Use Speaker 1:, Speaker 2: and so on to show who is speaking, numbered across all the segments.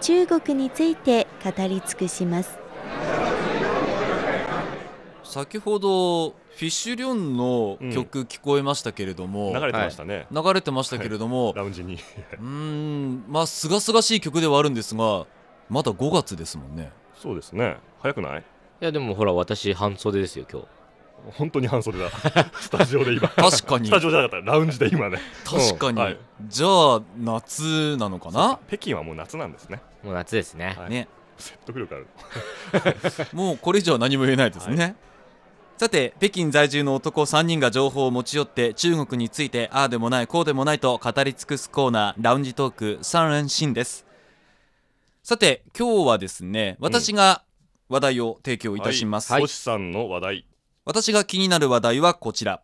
Speaker 1: 中国について語り尽くします。
Speaker 2: 先ほどフィッシュリョンの曲聞こえましたけれども、
Speaker 3: 流れてましたね、
Speaker 2: 流れてましたけれども、
Speaker 3: ラウンジに
Speaker 2: うーんまあすがすがしい曲ではあるんですがまだ5月ですもんね
Speaker 3: そうですね早くない
Speaker 4: いやでもほら私半袖ですよ今日
Speaker 3: 本当に 半袖だスタジオで今
Speaker 2: 確かに
Speaker 3: スタジオじゃなかったラウンジで今ね
Speaker 2: 確かに、
Speaker 3: はい
Speaker 2: じゃあ夏なのかな
Speaker 3: 北京はもう夏なんですね
Speaker 4: もう夏ですね、
Speaker 3: はい
Speaker 2: ね
Speaker 3: 説得力ある
Speaker 2: もうこれ以上は何も言えないですね、さて北京在住の男3人が情報を持ち寄って中国についてああでもないこうでもないと語り尽くすコーナーラウンジトーク三連新ですさて今日はですね私が話題を提供いたします、
Speaker 3: はい星さんの話題
Speaker 2: 私が気になる話題はこちら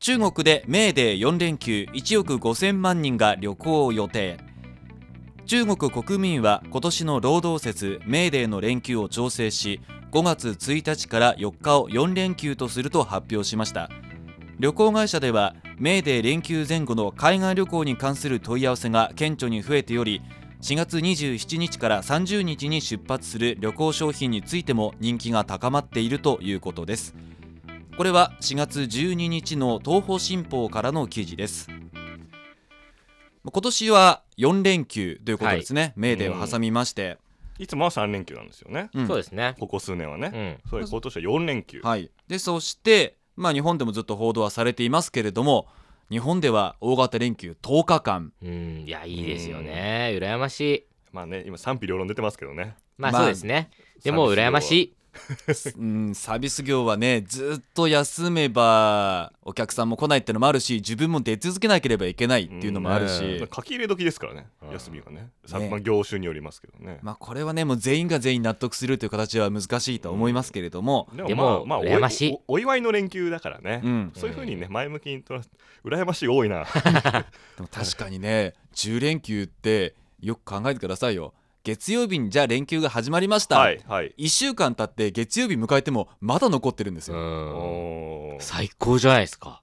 Speaker 2: 中国でメーデー4連休1億5000万人が旅行を予定中国国民は今年の労働節メーデーの連休を調整し5月1日から4日を4連休とすると発表しました旅行会社ではメーデー連休前後の海外旅行に関する問い合わせが顕著に増えており4月27日から30日に出発する旅行商品についても人気が高まっているということですこれは4月12日の東方新報からの記事です今年は4連休ということですね、メーデーを挟みまして、
Speaker 3: いつもは3連休なんですよね、
Speaker 2: うん
Speaker 4: そうですね
Speaker 3: ここ数年はね、
Speaker 4: うん
Speaker 3: そういう今年は4連休、
Speaker 2: はい、でそして、まあ、日本でもずっと報道はされていますけれども日本では大型連休10日間
Speaker 4: うんいやいいですよね羨ましい
Speaker 3: まあね今賛否両論出てますけどね
Speaker 4: まあ
Speaker 2: まあ
Speaker 4: そうですね、で
Speaker 3: 寂し
Speaker 4: も
Speaker 3: いよ
Speaker 4: 羨ましい
Speaker 2: うんサービス業はねずっと休めばお客さんも来ないってのもあるし自分も出続けなければいけないっていうのもあるし、
Speaker 4: うんね
Speaker 3: 書き入れ時ですからね休みがねさ
Speaker 2: ね
Speaker 3: まあ、業種によりますけどね、
Speaker 2: まあ、これはねもう全員が全員納得するという形は難しいと思いますけれども、
Speaker 3: で
Speaker 4: でも羨ましい
Speaker 3: おおお祝いの連休だからね、
Speaker 2: うん
Speaker 3: そういうふうにね前向きにとら羨ましい多 い
Speaker 2: で
Speaker 3: な
Speaker 2: も確かにね10連休ってよく考えてくださいよ月曜日にじゃあ連休が始まりました、
Speaker 3: は
Speaker 2: 一
Speaker 3: いはい
Speaker 2: 1週間経って月曜日迎えてもまだ残ってるんです
Speaker 4: う
Speaker 2: よ、
Speaker 4: ん
Speaker 3: おー
Speaker 4: 最高じゃないですか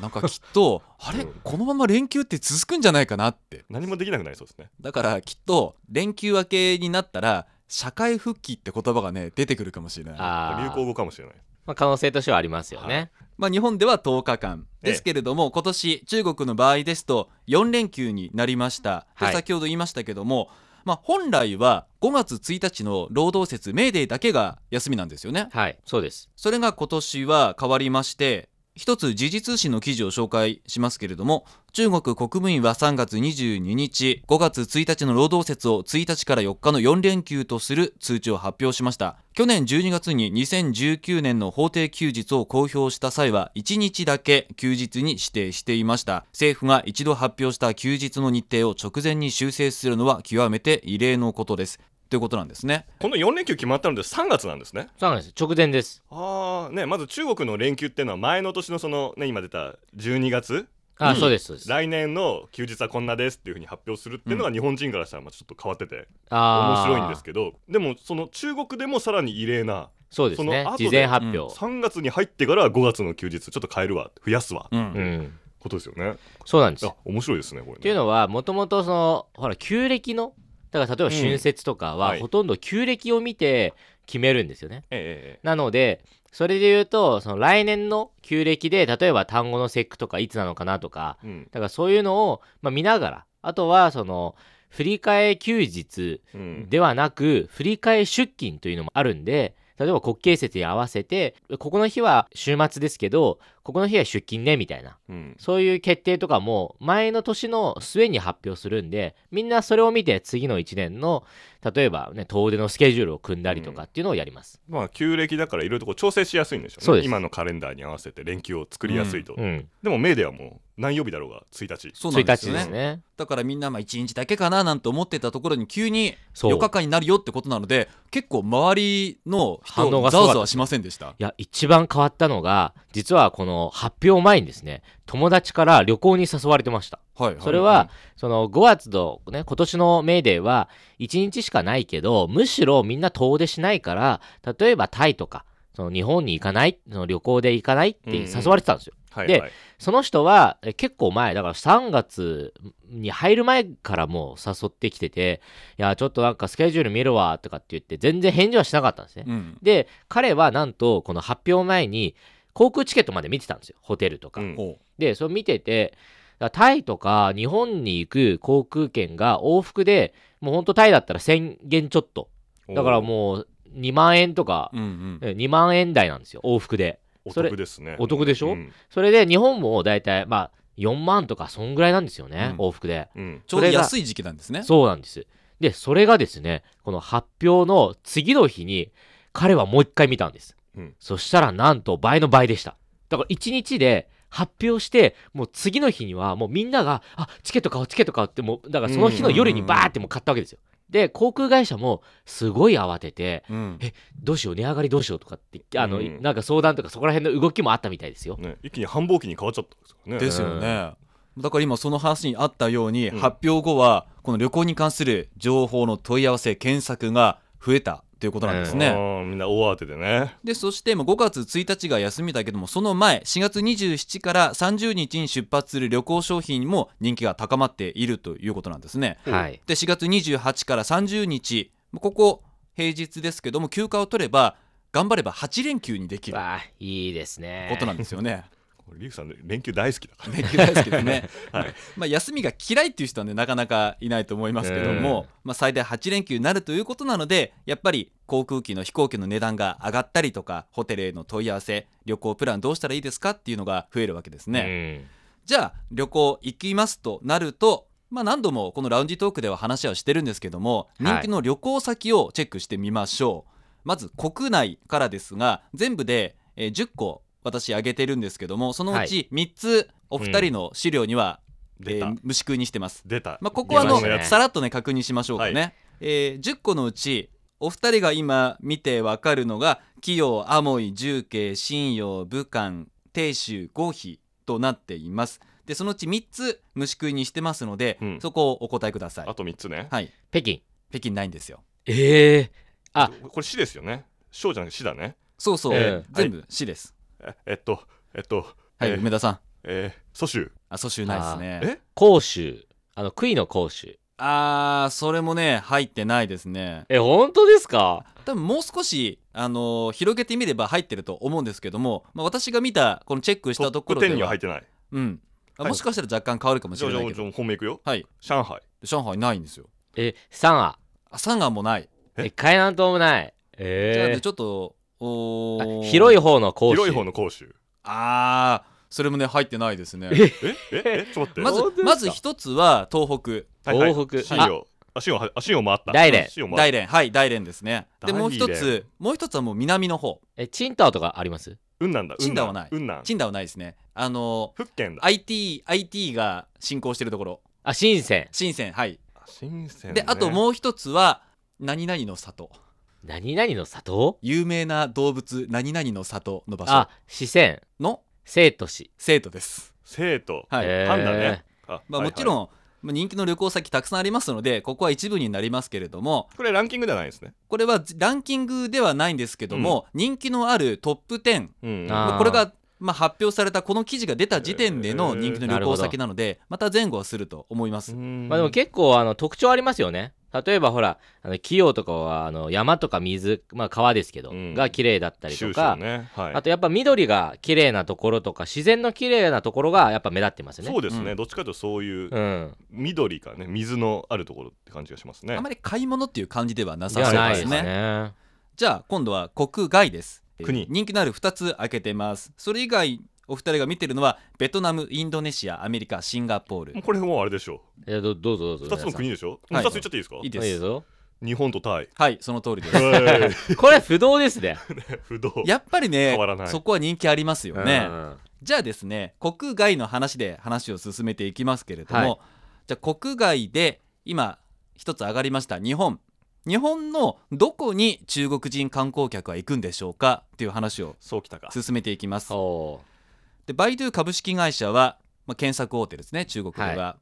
Speaker 2: なんかきっとあれこのまま連休って続くんじゃないかなって
Speaker 3: 何もできなくなりそうですね
Speaker 2: だからきっと連休明けになったら社会復帰って言葉がね出てくるかもしれない
Speaker 4: あ
Speaker 3: 流
Speaker 4: あ
Speaker 3: 行語かもしれない
Speaker 4: まあ、可能性としてはありますよね、
Speaker 2: まあ、日本では10日間
Speaker 3: ええ
Speaker 2: ですけれども、今年中国の場合ですと4連休になりました、で
Speaker 4: はい
Speaker 2: 先ほど言いましたけども、まあ、本来は5月1日の労働節メーデーだけが休みなんですよね
Speaker 4: はい、そうです
Speaker 2: それが今年は変わりまして一つ時事通信の記事を紹介しますけれども中国国務院は3月22日5月1日の労働節を1日から4日の4連休とする通知を発表しました去年12月に2019年の法定休日を公表した際は1日だけ休日に指定していました政府が一度発表した休日の日程を直前に修正するのは極めて異例のことですということなんですね
Speaker 3: この4連休決まったので3月なんですね
Speaker 4: そうなんです直前です
Speaker 3: ああねまず中国の連休っていうのは前の年のそのね今出た12月
Speaker 4: あー、
Speaker 3: うん
Speaker 4: そうですそうです
Speaker 3: 来年の休日はこんなですっていうふうに発表するっていうのが日本人からしたらまあちょっと変わってて面
Speaker 4: あー
Speaker 3: 白いんですけどでもその中国でもさらに異例な
Speaker 4: そうです
Speaker 3: その
Speaker 4: ね
Speaker 3: 後で
Speaker 4: 事前発表、
Speaker 3: 3月に入ってから5月の休日ちょっと変えるわ増やすわ
Speaker 2: うん
Speaker 4: うん、
Speaker 3: ことですよね
Speaker 4: そうなんです
Speaker 3: あ
Speaker 4: っ
Speaker 3: 面白いですねこれね
Speaker 4: ていうのはもともとそのほら旧暦のだから例えば春節とか
Speaker 3: うんは
Speaker 4: はいほとんど旧暦を見て決めるんですよね、
Speaker 3: えええ
Speaker 4: なので、それで言うと、その来年の旧暦で、例えば単語の節句とかいつなのかなとか、
Speaker 3: えうん
Speaker 4: だからそういうのを、まあ、見ながら、あとはその、振り替え休日
Speaker 3: うん
Speaker 4: ではなく、振り替え出勤というのもあるんで、例えば国慶節に合わせて、ここの日は週末ですけど、ここの日は出勤ね、みたいな。
Speaker 3: うん
Speaker 4: そういう決定とかも前の年の末に発表するんでみんなそれを見て次の1年の例えばね遠出のスケジュールを組んだりとかっていうのをやります。
Speaker 3: まあ旧暦だからいろいろとこう調整しやすいんでしょうね
Speaker 4: そうです
Speaker 3: 今のカレンダーに合わせて連休を作りやすいと、
Speaker 4: うん
Speaker 3: でもメーデーはも何曜日だろうが1日
Speaker 2: そうなん
Speaker 4: 1
Speaker 2: です
Speaker 4: 日
Speaker 2: よ
Speaker 4: です
Speaker 2: ね
Speaker 4: ね。
Speaker 2: だからみんなまあ1日だけかななんて思ってたところに急に
Speaker 4: そう
Speaker 2: 4日
Speaker 4: い
Speaker 2: 間になるよってことなので結構周りの
Speaker 4: 反応
Speaker 2: 人
Speaker 4: がす
Speaker 2: ざ
Speaker 4: ごかった
Speaker 2: わざわしませんでした
Speaker 4: や一番変わったのが実はこの発表前にですね友達から旅行に誘われてました。
Speaker 2: はいい
Speaker 4: それは、その5月の、ね、今年のメーデーは1日しかないけどむしろみんな遠出しないから例えばタイとかその日本に行かないその旅行で行かないって誘われてたんですよ。
Speaker 3: はい
Speaker 4: で
Speaker 3: はい
Speaker 4: その人はえ結構前だから3月に入る前からもう誘ってきてて「いやちょっとなんかスケジュール見るわ」とかって言って全然返事はしなかったんですね。
Speaker 2: うん
Speaker 4: で彼はなんとこの発表前に航空チケットまで見てたんですよホテルとか。
Speaker 3: うん
Speaker 2: ほ
Speaker 4: で、それ見てて、だからタイとか日本に行く航空券が往復で、もう本当タイだったら1000元ちょっと。だからもう2万円とか
Speaker 2: う、うんうん
Speaker 4: え2万円台なんですよ、往復で。
Speaker 3: お
Speaker 4: それ
Speaker 3: 得ですね
Speaker 4: お得でしょ
Speaker 3: うん
Speaker 4: それで日本も大体、まあ4万とかそんぐらいなんですよね、
Speaker 2: うん
Speaker 4: 往復で。
Speaker 3: うん
Speaker 2: ちょうど安い時期なんですね
Speaker 4: そうなんです。で、それがですね、この発表の次の日に、彼はもう一回見たんです。
Speaker 3: うん
Speaker 4: そしたら、なんと倍の倍でした。だから1日で発表して、もう次の日には、もうみんなが、あチケット買おう、チケット買おうって、もう、だからその日の夜にバーってもう買ったわけですよ。で、航空会社もすごい慌てて、
Speaker 2: うん
Speaker 4: どうしよう、値上がりどうしようとかって、あの、
Speaker 3: うん
Speaker 4: なんか相談とかそこら辺の動きもあったみたいですよ。
Speaker 3: ね一気に繁忙期に変わっちゃったんですからね
Speaker 2: ですよねだから今その話にあったように
Speaker 3: うん
Speaker 2: 発表後はこの旅行に関する情報の問い合わせ検索が増えたということなんですね、
Speaker 3: うんみんな大慌てでね
Speaker 2: でそしてもう5月1日が休みだけどもその前4月27から30日に出発する旅行商品も人気が高まっているということなんですね。
Speaker 4: はい。
Speaker 2: で4月28から30日ここ平日ですけども休暇を取れば頑張れば8連休にできる
Speaker 4: わあ、いいですね。
Speaker 2: ことなんですよね。
Speaker 3: リーフさんね連休大好きだから
Speaker 2: 連休大好きですね、
Speaker 3: はい
Speaker 2: まあ、休みが嫌いっていう人は、ね、なかなかいないと思いますけども、まあ、最大8連休になるということなのでやっぱり航空機の飛行機の値段が上がったりとかホテルへの問い合わせ旅行プランどうしたらいいですかっていうのが増えるわけですね。
Speaker 4: ね。
Speaker 2: じゃあ旅行行きますとなると、まあ、何度もこのラウンジトークでは話はしてるんですけども
Speaker 4: はい
Speaker 2: 人気の旅行先をチェックしてみましょう、まず国内からですが全部でえー10個私挙げてるんですけどもそのう
Speaker 4: は
Speaker 2: ち3つお二人の資料には、え
Speaker 3: 出た
Speaker 2: ー虫食いにしてます、
Speaker 3: 出た
Speaker 2: まあ、ここはあの、
Speaker 4: 出ましたね
Speaker 2: さらっとね確認しましょうかね、えー10個のうちお二人が今見てわかるのが紀陽アモイ重慶信陽武漢鄭州合肥となっていますでそのうち3つ虫食いにしてますので、
Speaker 3: うん
Speaker 2: そこをお答えください
Speaker 3: あと3つね
Speaker 2: はい
Speaker 4: 北京。
Speaker 2: 北京ないんですよ
Speaker 4: ええあ
Speaker 3: これ市ですよね省じゃなくて市だね
Speaker 2: そうそう、
Speaker 4: ええ
Speaker 2: 全部市です
Speaker 3: ええっとえっと
Speaker 2: はい、
Speaker 3: えー
Speaker 2: 梅田さん
Speaker 3: えー蘇州
Speaker 2: あ蘇州ないです
Speaker 3: あー
Speaker 2: ね
Speaker 3: え
Speaker 4: 甲州。あの、杭の甲州。
Speaker 2: あーそれもね入ってないですね
Speaker 4: え、本当ですか
Speaker 2: 多分もう少し、あのー広げてみれば入ってると思うんですけども、まあ、私が見たこのチェックしたところ
Speaker 3: ト
Speaker 2: で
Speaker 3: ップ10には
Speaker 2: は
Speaker 3: 入ってない
Speaker 2: うん、あ
Speaker 3: はい
Speaker 2: もしかしたら若干変わるかもし
Speaker 3: じゃあ
Speaker 2: れ
Speaker 3: じゃ
Speaker 2: な
Speaker 3: あ
Speaker 2: いけ
Speaker 3: じ
Speaker 2: ど
Speaker 3: ゃあ本命いくよ
Speaker 2: はい
Speaker 3: 上海
Speaker 2: 上海ないんですよ
Speaker 4: え、三ア。
Speaker 2: あ佐賀もない、
Speaker 3: え
Speaker 4: 一回なんともない。
Speaker 2: じゃあね
Speaker 4: え
Speaker 2: ちょっと
Speaker 4: え
Speaker 2: おー
Speaker 4: 広い方の甲州。
Speaker 3: 広い方の甲州
Speaker 2: あーそれもね入ってないですね
Speaker 4: え
Speaker 3: えええちょっと
Speaker 2: ま
Speaker 3: 待
Speaker 2: ず
Speaker 3: っ
Speaker 4: 本当ですか
Speaker 2: まず一つは東北
Speaker 3: てはいはい
Speaker 4: 東北
Speaker 3: 信用あ信用はあ信用回った
Speaker 4: 大連
Speaker 3: 信用回
Speaker 2: 大
Speaker 3: っ
Speaker 2: 連はい大連ですねで
Speaker 3: 大連
Speaker 2: もう一つもう一つはもう南の方
Speaker 4: え、チンタオとかあります
Speaker 3: たうんなんだ
Speaker 2: 陳田はない
Speaker 3: うんなん
Speaker 2: 陳田はないですねあの
Speaker 3: 福建だ
Speaker 2: IT, IT が進行してるところ
Speaker 4: あ、深セ
Speaker 2: 深センはい
Speaker 3: 新鮮ね
Speaker 2: であともう一つは何々の里
Speaker 4: ン。何々の里
Speaker 2: 有名な動物何々の里の場所
Speaker 4: あ、四川。
Speaker 2: の
Speaker 4: 生徒市。
Speaker 2: 生徒です、
Speaker 3: 生徒
Speaker 2: はい
Speaker 4: えー
Speaker 3: パンダねあ
Speaker 2: まあ、
Speaker 3: はいはい
Speaker 2: もちろん、まあ人気の旅行先たくさんありますのでここは一部になりますけれども
Speaker 3: これランキングではないですね
Speaker 2: これはランキングではないんですけども、人気のあるトップ10
Speaker 3: うん
Speaker 4: あー
Speaker 2: これがまあ発表されたこの記事が出た時点での人気の旅行先なので、また前後はすると思います、
Speaker 4: まあでも結構あの特徴ありますよね。例えばほら、あの、企業とかはあの山とか水、まあ川ですけど、
Speaker 3: うん
Speaker 4: が綺麗だったりと
Speaker 3: 州
Speaker 4: か、
Speaker 3: ねはい
Speaker 4: あとやっぱ緑が綺麗なところとか、自然の綺麗なところがやっぱ目立ってますよね。
Speaker 3: そうですね、
Speaker 2: うん
Speaker 3: どっちかというとそういう
Speaker 4: うん。
Speaker 3: 緑かね水のあるところって感じがしますね
Speaker 2: あまり買い物っていう感じではな
Speaker 4: じ
Speaker 2: さ
Speaker 4: ゃ
Speaker 2: そ
Speaker 4: あ
Speaker 2: う
Speaker 4: な
Speaker 2: で
Speaker 4: いですす
Speaker 2: ね
Speaker 4: ね。
Speaker 2: じゃあ今度は国外です
Speaker 3: 国
Speaker 2: 人気のある2つ開けてますそれ以外お二人が見てるのはベトナムインドネシアアメリカシンガポール
Speaker 3: もうこれもうあれでしょ
Speaker 4: いやどどうぞどう
Speaker 3: う
Speaker 4: ぞ。
Speaker 3: 2つの国でしょ
Speaker 2: は
Speaker 3: 2
Speaker 2: い
Speaker 3: つ言っちゃっていいですか、
Speaker 2: いい
Speaker 4: 皆
Speaker 2: で
Speaker 4: さんいいです
Speaker 2: す
Speaker 4: よ。
Speaker 3: 日本とタイ
Speaker 2: はいその通りです
Speaker 3: えい
Speaker 4: これ不動ですね。
Speaker 3: 不動
Speaker 2: やっぱりね
Speaker 3: 変わらない
Speaker 2: そこは人気ありますよね
Speaker 4: うん
Speaker 2: じゃあですね国外の話で話を進めていきますけれども、
Speaker 4: はい
Speaker 2: じゃあ国外で今一つ上がりました日本日本のどこに中国人観光客は行くんでしょうかっていう話を
Speaker 3: そうきたか。
Speaker 2: 進めていきます
Speaker 4: おー
Speaker 2: でバイドゥ株式会社は、まあ、検索大手ですね中国では、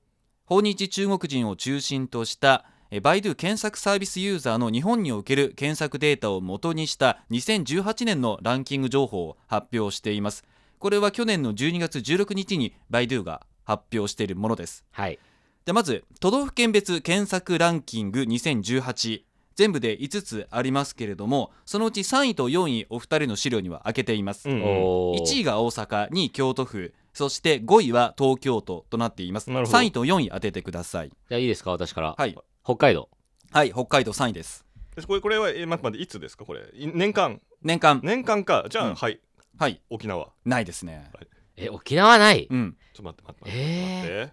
Speaker 2: 訪日中国人を中心としたえバイドゥ検索サービスユーザーの日本における検索データを元にした2018年のランキング情報を発表していますこれは去年の12月16日にバイドゥが発表しているものです
Speaker 4: はい
Speaker 2: でまず都道府県別検索ランキング2018全部で5つありますけれどもそのうち3位と4位お二人の資料には開けています、
Speaker 3: うん
Speaker 4: おー
Speaker 2: 1位が大阪2位京都府そして5位は東京都となっています
Speaker 3: なるほど
Speaker 2: 3位と4位当ててください
Speaker 4: じゃあいいですか私から、
Speaker 2: はい、
Speaker 4: 北海道
Speaker 2: はい、北海道3位です
Speaker 3: でこれこれはえ待って待っていつですかこれい年間
Speaker 2: 年間、
Speaker 3: 年間かじゃあ、
Speaker 2: うん
Speaker 3: はい
Speaker 2: はい
Speaker 3: 沖縄ちょ
Speaker 2: ないですね
Speaker 4: え沖縄ない神
Speaker 2: うん
Speaker 3: っと待って待って待って、
Speaker 4: えー
Speaker 3: 待って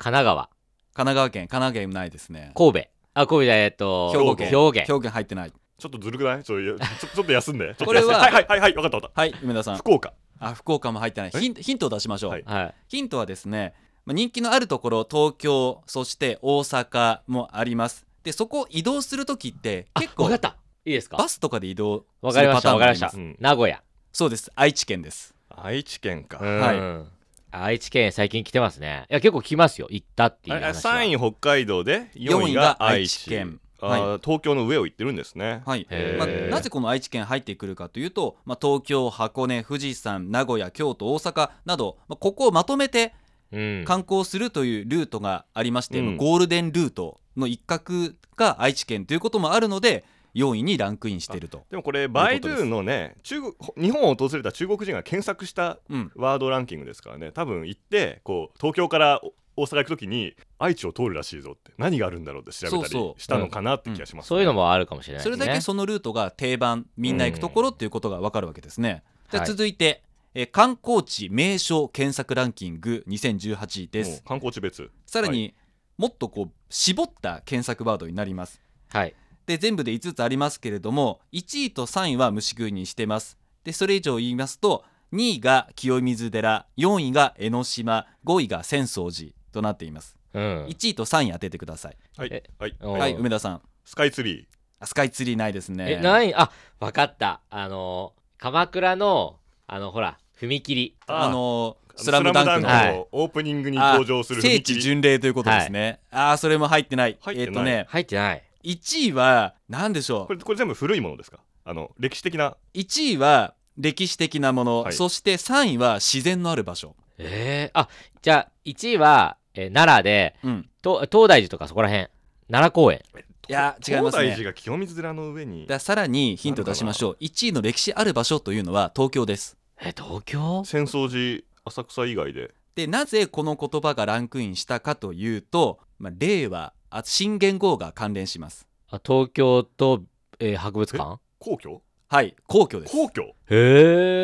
Speaker 4: 奈川
Speaker 2: 神奈川県神奈川県ないですね
Speaker 4: 神戸あ神戸じゃないえっと
Speaker 2: 兵庫県
Speaker 4: 兵庫県
Speaker 2: 兵庫県入ってない
Speaker 3: ちょっとずるくないちょいやちょちょっと休んでちょっと休んで
Speaker 2: これは
Speaker 3: はいはいはいはい分かった分かっ
Speaker 2: はい梅田さ
Speaker 3: た
Speaker 2: ん
Speaker 3: 福岡
Speaker 2: あ福岡も入ってないヒンヒントを出しましょう、
Speaker 3: はい
Speaker 4: はい
Speaker 2: ヒントはですねまあ人気のあるところ東京そして大阪もありますでそこを移動するときって結
Speaker 4: 分
Speaker 2: 構
Speaker 4: かったいいですか
Speaker 2: バスとかで移動
Speaker 4: わ
Speaker 2: す
Speaker 4: かり
Speaker 2: る
Speaker 4: ま
Speaker 2: パ
Speaker 4: し
Speaker 2: タ
Speaker 4: た
Speaker 2: ーン
Speaker 4: わ
Speaker 2: も
Speaker 4: か
Speaker 2: あ
Speaker 4: りま
Speaker 2: り
Speaker 4: し
Speaker 2: ま
Speaker 4: た
Speaker 2: す
Speaker 3: うん
Speaker 4: 名古屋
Speaker 2: そうです愛知県です
Speaker 3: 愛知県か、
Speaker 2: はい
Speaker 4: うん愛知県最近来てますねいや結構来ますよ行ったっていう
Speaker 3: あれあ
Speaker 4: 話は
Speaker 3: 3位北海道で
Speaker 2: 4
Speaker 3: 4
Speaker 2: 位
Speaker 3: 位
Speaker 2: が
Speaker 3: が
Speaker 2: 愛
Speaker 3: 愛
Speaker 2: 知
Speaker 3: 知
Speaker 2: 県
Speaker 3: 県
Speaker 2: は
Speaker 3: あー東京の上を行ってるんですね、
Speaker 2: はい
Speaker 4: へー
Speaker 2: まあ、なぜこの愛知県入ってくるかというと、まあ、東京箱根富士山名古屋京都大阪など、まあ、ここをまとめて
Speaker 4: うん
Speaker 2: 観光するというルートがありまして、
Speaker 3: うん
Speaker 2: まあゴールデンルートの一角が愛知県ということもあるので4位にランクインしていると。
Speaker 3: でもこれ
Speaker 2: と
Speaker 3: バ
Speaker 2: いう
Speaker 3: イ
Speaker 2: こ
Speaker 3: ド
Speaker 2: とです
Speaker 3: ゥのね中国日本を訪れた中国人が検索した
Speaker 2: うん、
Speaker 3: ワードランキングですからね多分行ってこう東京からお大阪行くときに愛知を通るらしいぞって何があるんだろうって調べた
Speaker 2: そうそ
Speaker 3: り
Speaker 2: う
Speaker 3: したのかなって気がします、ね
Speaker 4: そういうのもあるかもしれない
Speaker 2: そ
Speaker 4: で
Speaker 2: れ
Speaker 4: す
Speaker 2: だ
Speaker 4: ね
Speaker 2: けそのルートが定番みんな行くところっていうことが分かるわけですね。
Speaker 4: うん
Speaker 2: じゃあ
Speaker 4: はい
Speaker 2: 続いて、えー観光地名所検索ランキング2018で
Speaker 3: も
Speaker 2: す
Speaker 3: う。観光地別
Speaker 2: さらに、もっとこう絞った検索ワードになります。
Speaker 4: はい
Speaker 2: で全部で5つありますけれども1位と3位は虫食いにしてますでそれ以上言いますと2位が清水寺4位が江ノ島5位が浅草寺となっています
Speaker 4: うん
Speaker 2: 1位と3位当ててください
Speaker 3: はい
Speaker 4: え
Speaker 3: はい、
Speaker 4: おー
Speaker 2: はい
Speaker 3: はい
Speaker 2: 梅田さん
Speaker 3: スカイツリー
Speaker 2: あスカイツリーないですね
Speaker 4: え何位あ分かったあのー鎌倉のあのほら踏切
Speaker 2: あ
Speaker 3: あ
Speaker 2: のー
Speaker 3: ー
Speaker 2: スラムダンクの、
Speaker 4: スラムダンク
Speaker 2: はい
Speaker 3: のオープニングに
Speaker 2: あ
Speaker 3: 登場する
Speaker 2: 聖
Speaker 3: 踏
Speaker 2: 地
Speaker 3: 切
Speaker 2: 巡礼ということですね、ああそれも入ってない
Speaker 3: 入ってない
Speaker 2: えっ、とね
Speaker 4: 入ってない
Speaker 2: 1位は何でしょ
Speaker 3: こ
Speaker 2: う
Speaker 3: れこれ全部古いものですかあの歴史的な
Speaker 2: 1位は歴史的なもの、
Speaker 3: はい
Speaker 2: そして3位は自然のある場所、
Speaker 4: えー、あじゃあ1位は、えー奈良で
Speaker 2: うん、
Speaker 4: と東大寺とかそこら辺奈良公園
Speaker 2: いや違いますね
Speaker 3: 東大寺が清水寺の上に
Speaker 2: ださらにヒント出しましょう1位の歴史ある場所というのは東京です
Speaker 4: え東京
Speaker 3: 浅草寺浅草以外で
Speaker 2: でなぜこの言葉がランクインしたかというと、まあ、令和あ新元号が関連します
Speaker 4: あ東京と、えー博物館
Speaker 3: 皇居
Speaker 2: はい皇居です
Speaker 3: 皇居
Speaker 4: へ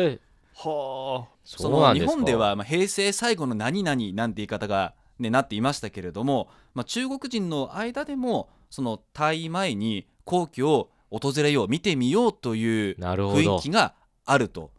Speaker 4: え
Speaker 3: はあ
Speaker 2: そ
Speaker 4: そうな
Speaker 2: の
Speaker 4: んで
Speaker 2: 日
Speaker 4: すか
Speaker 2: 本では、まあ、平成最後の何々なんて言い方が、ね、なっていましたけれども、まあ、中国人の間でもその退位前に皇居を訪れよう見てみようという
Speaker 4: なるほ
Speaker 2: 雰囲
Speaker 4: ど
Speaker 2: 気があると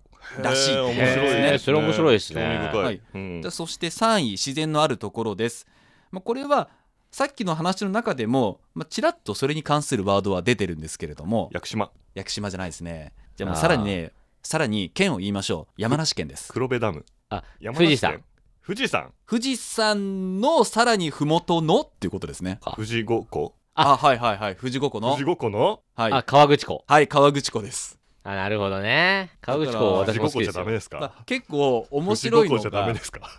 Speaker 2: らしい
Speaker 3: へえ面白
Speaker 2: へ
Speaker 3: いで
Speaker 2: え
Speaker 3: すね
Speaker 4: それ面白いですね
Speaker 3: 興味深い、
Speaker 2: はい
Speaker 3: うん
Speaker 2: でそして3位自然のあるところです、まあ、これはさっきの話の中でも、まあ、ちらっとそれに関するワードは出てるんですけれども
Speaker 3: 屋久島
Speaker 2: 屋久島じゃないですねじゃあもう
Speaker 4: あー
Speaker 2: さらにねさらに県を言いましょう山梨県です
Speaker 3: 黒部ダム
Speaker 4: あ
Speaker 3: 山
Speaker 4: 富士
Speaker 3: 梨
Speaker 4: 山
Speaker 3: 県富士山
Speaker 2: 富士山のさらに麓のっていうことですね
Speaker 4: あ
Speaker 3: 富士五湖
Speaker 2: あはいはいはい富士五湖の
Speaker 3: 富士五湖の
Speaker 2: はい、
Speaker 4: あ川口湖
Speaker 2: はい、川口湖です、
Speaker 4: あなるほどね川口湖
Speaker 2: あ
Speaker 3: 富
Speaker 4: 私
Speaker 3: 士
Speaker 4: も
Speaker 3: 五
Speaker 4: 好き
Speaker 3: 湖
Speaker 4: で
Speaker 3: じゃ
Speaker 4: す
Speaker 3: ダ
Speaker 4: よ
Speaker 3: メですか
Speaker 2: まあ、結構面白いの
Speaker 3: 富士五湖じゃダメ
Speaker 2: が
Speaker 3: ですか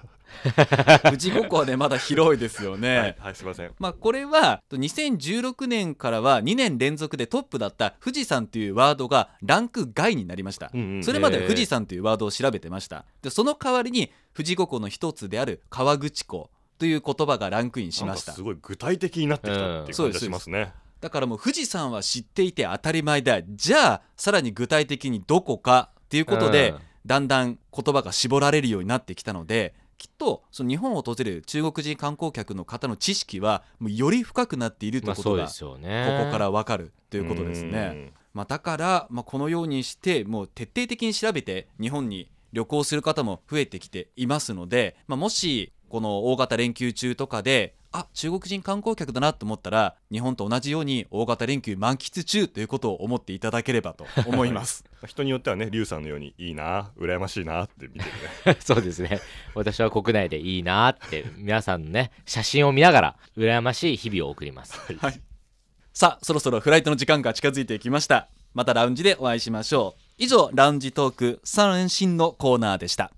Speaker 2: 富士五湖はねまだ広いですよ ね、
Speaker 3: はいはいすいません
Speaker 2: まあ、これは2016年からは2年連続でトップだった富士山というワードがランク外になりました、
Speaker 3: うんうん
Speaker 2: それまで富士山というワードを調べてましたでその代わりに富士五湖の一つである川口湖という言葉がランクインしまし
Speaker 3: な
Speaker 2: た
Speaker 3: んかすごい具体的になってきたっていう感じがしますね、
Speaker 2: だからもう富士山は知っていて当たり前だじゃあさらに具体的にどこかということで、
Speaker 4: うん
Speaker 2: だんだん言葉が絞られるようになってきたのできっとその日本を訪れる中国人観光客の方の知識はもうより深くなっているとい
Speaker 4: まあ
Speaker 2: うこ
Speaker 4: そ
Speaker 2: と
Speaker 4: う
Speaker 2: が
Speaker 4: ですよね
Speaker 2: ここからわかるということですね。まあ、だから、まあ、このようにしてもう徹底的に調べて日本に旅行する方も増えてきていますので、まあ、もしこの大型連休中とかであ中国人観光客だなと思ったら日本と同じように大型連休満喫中ということを思っていただければと思い ます。
Speaker 3: 人によってはねリュウさんのようにいいな羨ましいなって見てるね
Speaker 4: そうですね。私は国内でいいなーって、皆さんのね、写真を見ながら、羨ましい日々を送ります。
Speaker 2: はい、さあそろそろフライトの時間が近づいてきましたまたラウンジでお会いしましょう以上ラウンジトーク三連新のコーナーでした